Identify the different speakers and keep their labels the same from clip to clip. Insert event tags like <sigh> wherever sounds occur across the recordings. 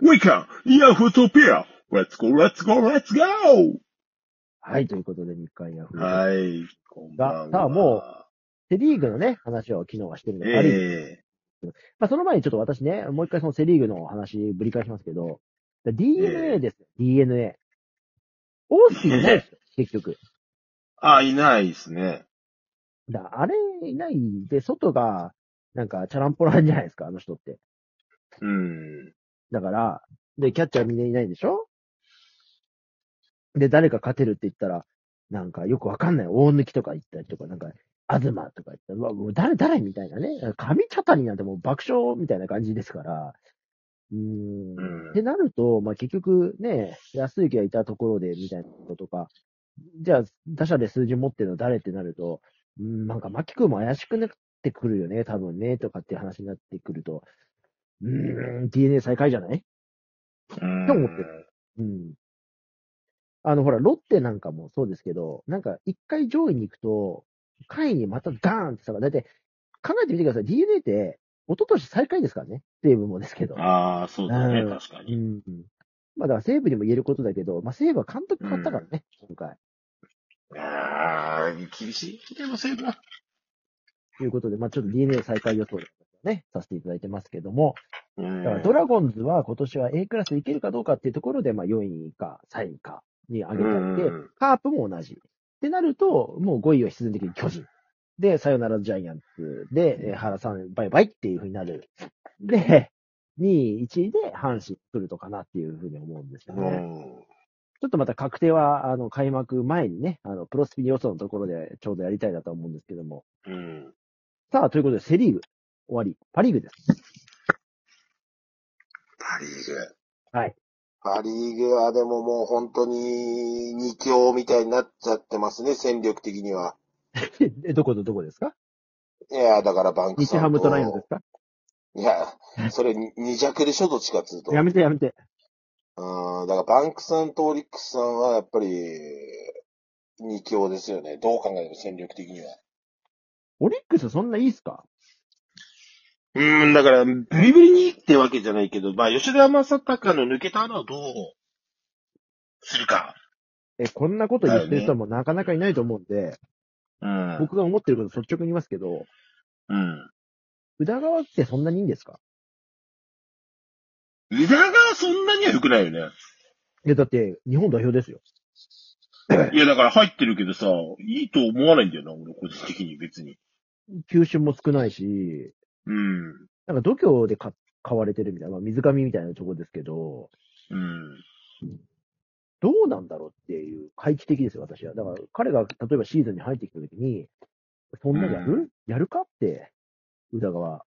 Speaker 1: ウィカヤフートピア !Let's go, let's go, let's go!
Speaker 2: はい、ということで、日刊ヤフー。
Speaker 1: はい、こんばんは。
Speaker 2: さあもセリーグのね、話を昨日はしてるので、ある意味
Speaker 1: え
Speaker 2: まあ、その前にちょっと私ね、もう一回そのセリーグの話ぶり返しますけど、DNA ですよ、DNA。オースティンいないですよ、結局。
Speaker 1: ー、あ、いないですね。
Speaker 2: だあれいないで、外が、なんか、チャランポランじゃないですか、あの人って。
Speaker 1: うん。
Speaker 2: だから、で、キャッチャーみんないないでしょで、誰か勝てるって言ったら、なんかよくわかんない、大抜きとか言ったりとか、なんか、東とか言ったら、うわ、もう誰、誰みたいなね。神茶谷なんてもう爆笑みたいな感じですから。うーん。
Speaker 1: うん
Speaker 2: ってなると、まあ、結局ね、安行がいたところでみたいなこととか、じゃあ、打者で数字持ってるの誰ってなると、うーん、なんか、牧君も怪しくなってくるよね、多分ね、とかっていう話になってくると、うーん、DNA 最下位じゃない
Speaker 1: うん。
Speaker 2: 思ってうん。あの、ほら、ロッテなんかもそうですけど、なんか一回上位に行くと、下位にまたガーンってさ、だいたい考えてみてください。DNA って、一昨年最下位ですからね。西武もですけど。
Speaker 1: ああ、そうだね、
Speaker 2: うん
Speaker 1: 確か
Speaker 2: う
Speaker 1: に。
Speaker 2: ん。まあ、だから西武にも言えることだけど、まあ、西武は監督変わったからね、今回。
Speaker 1: ああ、厳しい。でもセーブだ。
Speaker 2: ということで、まあ、ちょっと DNA 最下位予想をね、させていただいてますけども、
Speaker 1: う
Speaker 2: だ
Speaker 1: ん
Speaker 2: からドラゴンズは今年は A クラスいけるかどうかっていうところで、まあ、4位か3位かに上げたいで、
Speaker 1: うん
Speaker 2: カープも同じ。ってなると、もう5位を必然的に巨人。で、サヨナラジャイアンツで、えー原さん、バイバイっていう風になる。で、2位、1位で阪神来るとかなっていう風に思うんですよね。
Speaker 1: うん
Speaker 2: ちょっとまた確定は、あの、開幕前にね、あの、プロスピン予想のところでちょうどやりたいなと思うんですけども。
Speaker 1: うん。
Speaker 2: さあ、ということで、セリーグ、終わり。パリーグです。
Speaker 1: パリーグ。
Speaker 2: はい。
Speaker 3: パリーグはでももう本当に二強みたいになっちゃってますね、戦力的には。
Speaker 2: <laughs> え、どことどこですか
Speaker 3: いや、だからバンク
Speaker 2: 西
Speaker 3: さん
Speaker 2: ハムとライオンズですか
Speaker 3: いや、それに二弱でしょ、どっちかっつうと。
Speaker 2: やめてやめて。
Speaker 3: うん、だからバンクさんとオリックスさんはやっぱり二強ですよね。どう考えても戦力的には。
Speaker 2: オリックスそんないいっすか
Speaker 1: うん、だから、ブリブリにってわけじゃないけど、まあ、吉田正尚の抜けた穴をどうするか。
Speaker 2: え、こんなこと言ってる人はもうなかなかいないと思うんで、
Speaker 1: うん。
Speaker 2: 僕が思ってること率直に言いますけど、
Speaker 1: うん。
Speaker 2: 宇田川ってそんなにいいんですか
Speaker 1: 宇田がそんなには良くないよね。
Speaker 2: いや、だって、日本代表ですよ。
Speaker 1: いや、だから入ってるけどさ、いいと思わないんだよな、俺、個人的に別に。
Speaker 2: 球種も少ないし、
Speaker 1: うん。
Speaker 2: なんか度胸でか買われてるみたいな、まあ、水上みたいなとこですけど、
Speaker 1: うん。
Speaker 2: どうなんだろうっていう、回帰的ですよ、私は。だから、彼が例えばシーズンに入ってきたときに、そんなやる、
Speaker 1: う
Speaker 2: やるかって、宇田川。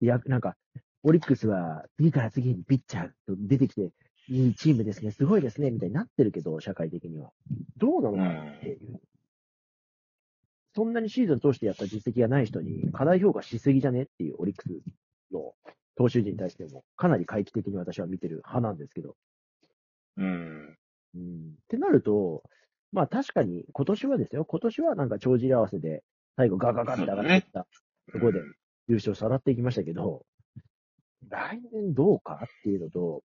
Speaker 2: いや、なんか、オリックスは次から次にピッチャーと出てきて、いいチームですね、すごいですね、みたいになってるけど、社会的には。どうなのかなっていう。そんなにシーズン通してやった実績がない人に過大評価しすぎじゃねっていうオリックスの投手陣に対しても、かなり回帰的に私は見てる派なんですけど。
Speaker 1: うん。
Speaker 2: うんってなると、まあ確かに今年はですよ、今年はなんか帳尻合わせで、最後ガガガって上がっていった、そこで優勝さらっていきましたけど、来年どうかっていうのと、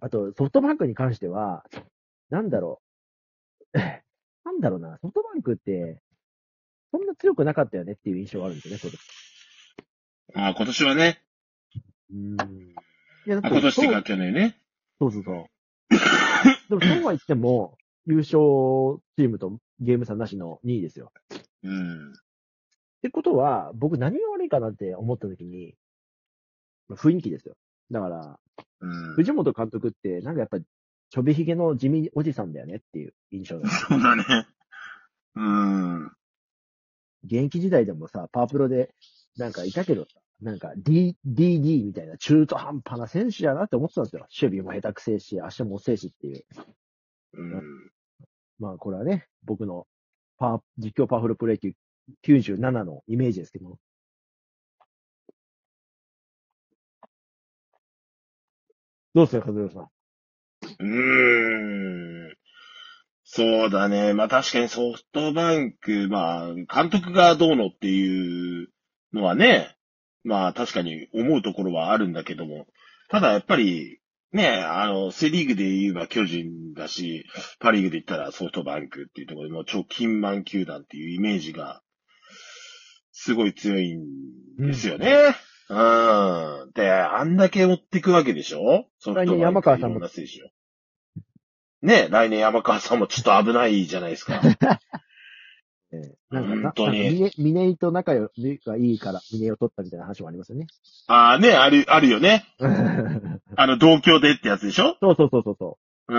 Speaker 2: あとソフトバンクに関しては、なんだろう、 <laughs> なんだろうな、ソフトバンクって、そんな強くなかったよねっていう印象があるんですよね、今
Speaker 1: まあ、今年はね、
Speaker 2: 年。うん。いや、だ
Speaker 1: あ
Speaker 2: って
Speaker 1: 今年っていう
Speaker 2: そ
Speaker 1: か
Speaker 2: う
Speaker 1: 去年ね。
Speaker 2: そうそうそう。でもそうは言っても、優勝チームとゲーム差なしの2位ですよ。
Speaker 1: うん。
Speaker 2: ってことは、僕何が悪いかなって思った時に、まあ雰囲気ですよ。だから、
Speaker 1: うん。
Speaker 2: 藤本監督って、なんかやっぱ、ちょびひげの地味おじさんだよねっていう印象が。
Speaker 1: そうだね。うん。
Speaker 2: 現役時代でもさ、パワプロで、なんかいたけど、なんか D、DD みたいな中途半端な選手だなって思ってたんですよ。守備も下手くせえし、足も遅えしっていう。
Speaker 1: うん。
Speaker 2: まあこれはね、僕のパワー実況パワフルプロ野球97のイメージですけども。どうですか、和弘さん。
Speaker 1: うーんそうだね。まあ確かにソフトバンク、まあ監督がどうのっていうのはね、まあ確かに思うところはあるんだけども、ただやっぱり、ね、あの、セリーグで言えば巨人だし、パリーグで言ったらソフトバンクっていうところでもう超金満球団っていうイメージが、すごい強いんですよね。うん。で、あんだけ追っていくわけでしょソフトバンク
Speaker 2: 来年山川さんも
Speaker 1: いろな選手をね、来年山川さんもちょっと危ないじゃないですか。 <laughs>
Speaker 2: えーなんかな、
Speaker 1: 本当に
Speaker 2: なんかミネミネイと仲良いがいいから、ミネイを取ったみたいな話もありますよね。
Speaker 1: ああね、ある、あるよね。あの、同郷でってやつでしょ
Speaker 2: <laughs> そうそうそうそうそ
Speaker 1: う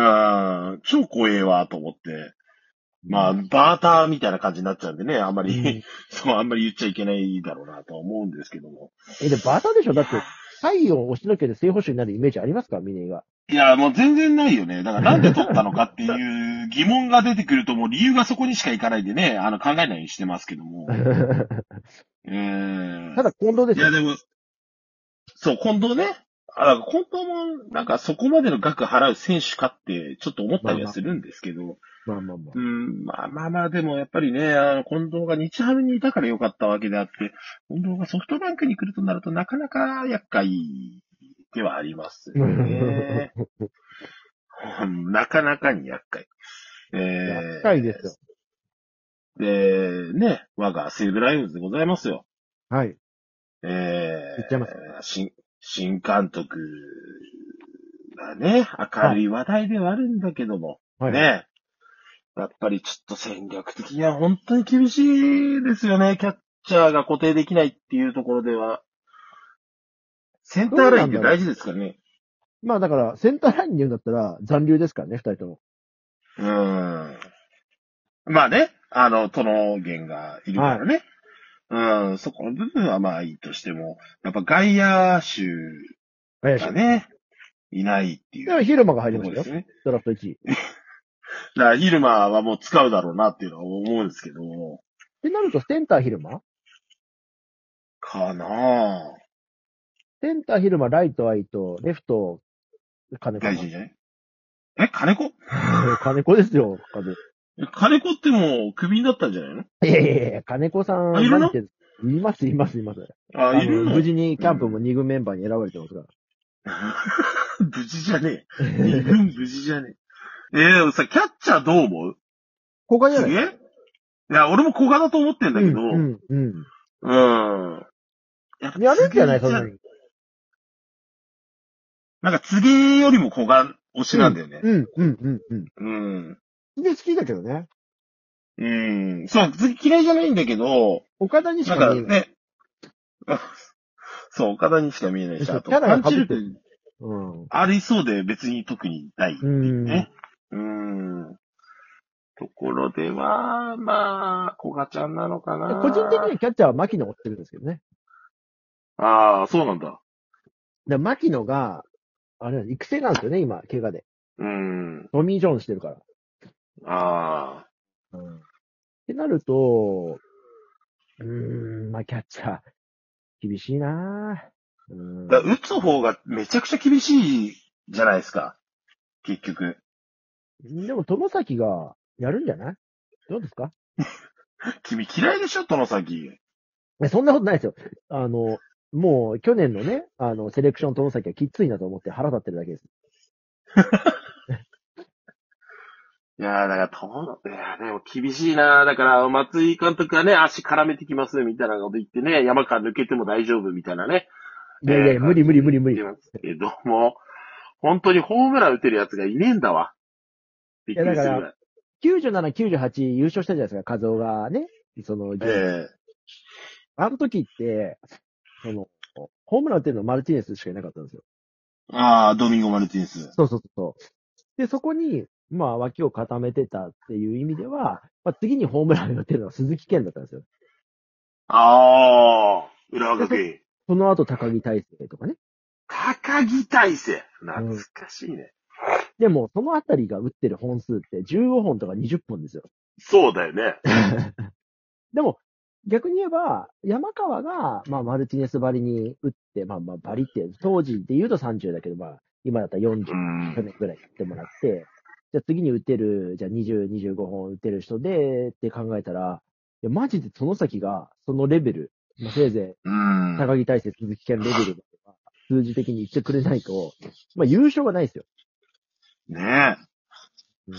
Speaker 1: ん、超怖えわ、と思って。
Speaker 2: う。
Speaker 1: まあ、
Speaker 2: うん
Speaker 1: バーターみたいな感じになっちゃうんでね、あんまり、 <laughs> そう、あんまり言っちゃいけないだろうなとは思うんですけども。
Speaker 2: え、でもバーターでしょだって、太陽を押しのけて正捕手になるイメージありますかミネ
Speaker 1: <laughs>
Speaker 2: イが。
Speaker 1: いや、もう全然ないよね。だからなんで取ったのかっていう疑問が出てくるともう理由がそこにしかいかないでね、あの考えないようにしてますけど
Speaker 2: <laughs>
Speaker 1: も。えー、
Speaker 2: ただ、近藤で
Speaker 1: い
Speaker 2: す
Speaker 1: や
Speaker 2: よ。
Speaker 1: でも、そう、近藤ね。あ、だから近藤もなんかそこまでの額払う選手かってちょっと思ったりはするんですけど。
Speaker 2: まあまあまあ
Speaker 1: う。ん、まあまあまあ、でもやっぱりね、あの、近藤が日ハムにいたから良かったわけであって、近藤がソフトバンクに来るとなるとなかなか厄介ではありますよね。うんなかなかに厄介。えー、
Speaker 2: 厄介ですよ。
Speaker 1: で、ね、我が西武ライオンズでございますよ。
Speaker 2: はい。
Speaker 1: え
Speaker 2: 言っちゃいます
Speaker 1: ー、新、新監督がね、明るい話題ではあるんだけども、
Speaker 2: はい。
Speaker 1: ねえ。やっぱりちょっと戦略的には本当に厳しいですよね。キャッチャーが固定できないっていうところでは。センターラインって大事ですからね。
Speaker 2: まあだから、センターラインに言うんだったら残留ですからね、二人とも。
Speaker 1: うーん。まあね、あの、殿源がいるからね。うん、そこの部分はまあいいとしても、やっぱ外野手がね、いないってい
Speaker 2: では、
Speaker 1: う。
Speaker 2: ヒルマが入りま
Speaker 1: こ
Speaker 2: し
Speaker 1: と
Speaker 2: た
Speaker 1: で
Speaker 2: よ
Speaker 1: す。ね。
Speaker 2: ドラフト1位。っ
Speaker 1: だから、昼間はもう使うだろうなっていうのは思うんですけど、
Speaker 2: てなると、センターヒルマ
Speaker 1: かなぁ。
Speaker 2: センターヒルマ、ライトアイと、レフト、金子。
Speaker 1: 大事じゃないえ、金子
Speaker 2: <laughs> 金子ですよ、金
Speaker 1: 金子ってもう、クビになったんじゃないの
Speaker 2: いやいやいや、金子さん、
Speaker 1: あいるの
Speaker 2: 何て言うんですいます、います、います。
Speaker 1: あ、いる
Speaker 2: あの
Speaker 1: の
Speaker 2: 無
Speaker 1: 無事。
Speaker 2: 事にキャンプも2軍メンバーに選ばれてま
Speaker 1: <laughs>
Speaker 2: すから。
Speaker 1: 無事じゃねえ。二軍無事じゃね
Speaker 2: <laughs>
Speaker 1: え。えー、でもさ、キャッチャーどう思う
Speaker 2: ここじゃ
Speaker 1: す
Speaker 2: ない
Speaker 1: げえいや、俺も小柄だと思ってんだけど、う。
Speaker 2: うんん、うん、
Speaker 1: やっぱ
Speaker 2: うん。やるんじゃないそんな
Speaker 1: 次
Speaker 2: に。
Speaker 1: なんか、つげよりも小柄推しなんだよね。
Speaker 2: うん、うん、うん、うん。
Speaker 1: うん。
Speaker 2: で、好きだけどね。
Speaker 1: うん。そう、次嫌いじゃないんだけど、
Speaker 2: 岡田にし
Speaker 1: なん
Speaker 2: か
Speaker 1: か
Speaker 2: 見えない。
Speaker 1: ね、あ <laughs> そう、岡田にしか見えないし、
Speaker 2: そう
Speaker 1: あと、
Speaker 2: キャラ
Speaker 1: パ
Speaker 2: が
Speaker 1: ンチ
Speaker 2: 被ってる
Speaker 1: 力
Speaker 2: うん。
Speaker 1: ありそうで別に特にないっていうね。うん。ところでは、まあ、小賀ちゃんなのかな。
Speaker 2: 個人的にはキャッチャーは牧野を追ってるんですけどね。
Speaker 1: ああ、そうなんだ。
Speaker 2: で、牧野が、あれ、育成なんですよね、今、怪我で。
Speaker 1: うん。
Speaker 2: トミー・ジョンしてるから。
Speaker 1: ああ。
Speaker 2: うん。ってなると、うーん、まあ、キャッチャー、厳しいなぁ。うん。
Speaker 1: だ打つ方がめちゃくちゃ厳しいじゃないですか。結局。
Speaker 2: でも、友崎がやるんじゃないどうですか
Speaker 1: 君嫌いでしょ、殿崎。
Speaker 2: いやそんなことないですよ。あの、もう、去年のね、あの、セレクション友崎はきついなと思って腹立ってるだけです。
Speaker 1: いやー、だから、殿、いやーでも厳しいなーだから、松井監督がね、足絡めてきます、みたいなこと言ってね、山から抜けても大丈夫、みたいなね。
Speaker 2: いやいやいや、無理無理無理無理。い
Speaker 1: 言ってますけども、本当にホームラン打てるやつがいねえんだわ。びっくりするぐらい。
Speaker 2: 97、98優勝したじゃないですか、カズオがね。その、
Speaker 1: え
Speaker 2: あの時って、その、ホームラン打ってるのマルティネスしかいなかったんですよ。
Speaker 1: えああ、ドミンゴ・マルティネス。
Speaker 2: そうそうそうそう。で、そこに、まあ、脇を固めてたっていう意味では、まあ、次にホームランを打ってるのは鈴木健だったんですよ。
Speaker 1: ああ、浦和学院。
Speaker 2: その後、高木大成とかね。
Speaker 1: 高木大成。懐かしいね。
Speaker 2: でも、そのあたりが打ってる本数って15本とか20本ですよ。
Speaker 1: そうだよね。
Speaker 2: でも、逆に言えば、山川が、まあ、マルティネスばりに打って、まあまあ、ばりって、当時で言うと30だけど、まあ、今だったら40
Speaker 1: うん
Speaker 2: 去。年ぐらいやってもらって、じゃあ次に打てる、じゃあ20、25本打てる人で、って考えたら、いや、マジでその先が、そのレベル、まあ、せいぜ
Speaker 1: う
Speaker 2: い、
Speaker 1: ん。
Speaker 2: 高木大成、鈴木健レベルまでは数字的に言ってくれないと、まあ優勝がないですよ。
Speaker 1: ね
Speaker 2: うん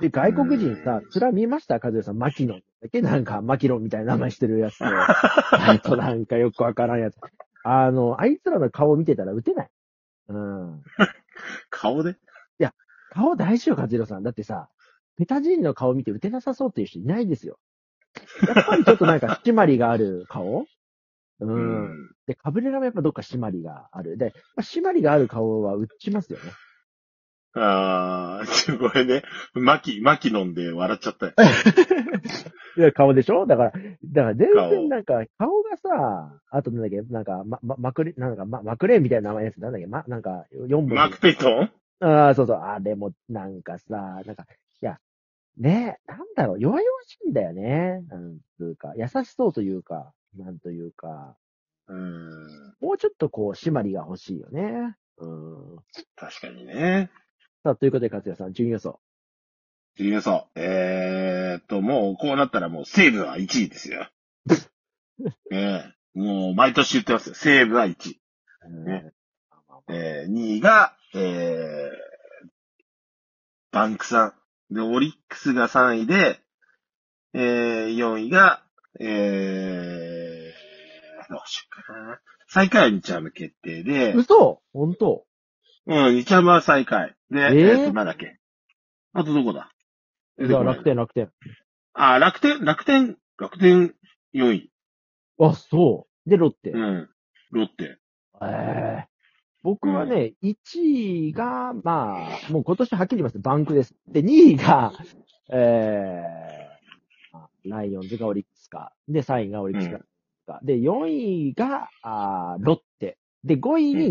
Speaker 2: で、外国人さ、それは見ました和代さん、マキノンだっけなんか、マキロンみたいな名前して
Speaker 1: <laughs>
Speaker 2: るやつと、あとなんかよくわからんやつ。あの、あいつらの顔見てたら打てない。うん。
Speaker 1: え。顔で
Speaker 2: 顔大事よ、和代さん。だってさ、ペタジーンの顔見て打てなさそうっていう人いないですよ。やっぱりちょっとなん <laughs> か、締まりがある顔う。。
Speaker 1: うん
Speaker 2: で、カブレラもやっぱどっか締まりがある。で、まあ、締まりがある顔は打ちますよね。
Speaker 1: ああ、ちょ、ごめんね。マキ、マキ飲んで笑っちゃったよ。
Speaker 2: いや、顔でしょだから、だから全
Speaker 1: 顔
Speaker 2: 然なんか、顔がさ、あとなんだっけ、なんか、ま、ま、まくれ、なんか、ま、まくれみたいな名前のやつなんだっけ、ま、なんか、4
Speaker 1: マー。
Speaker 2: 本
Speaker 1: ク・ペイトン
Speaker 2: ああ、そうそう、あれも、なんかさ、なんか、いや、ねえ、なんだろう、弱々しいんだよね。なんつうか、優しそうというか、なんというか、
Speaker 1: うん。
Speaker 2: もうちょっとこう、締まりが欲しいよね。うん。
Speaker 1: 確かにね。
Speaker 2: さあ、ということで、勝也さん、順位予想。
Speaker 1: 次予想。えーっと、もう、こうなったらもう、西武は1位ですよ。ねえ。もう、毎年言ってますよ。西武は1位。
Speaker 2: うん
Speaker 1: ね
Speaker 2: まあまあまあ
Speaker 1: えー、2位が、えー、バンクさん。で、オリックスが3位で、えー、4位が、えー、どうしようかな。最下位は2チャーム決定で、
Speaker 2: 嘘本当
Speaker 1: うん、2チャームは最下位。で、え
Speaker 2: えー
Speaker 1: ー、と、なんだっけ。あとどこだ
Speaker 2: じゃあ、楽。天、楽天。
Speaker 1: あ、楽天、楽天、楽天4位。
Speaker 2: あ、そう。で、ロッテ。
Speaker 1: うん。ロッテ。
Speaker 2: ええ僕はね、1位が、まあ、もう今年はっきり言います。バンクです。で、2位が、ええまあライオンズがオリックスか。で、3位がオリックスか。で、4位が、あーロッテ。で、5位に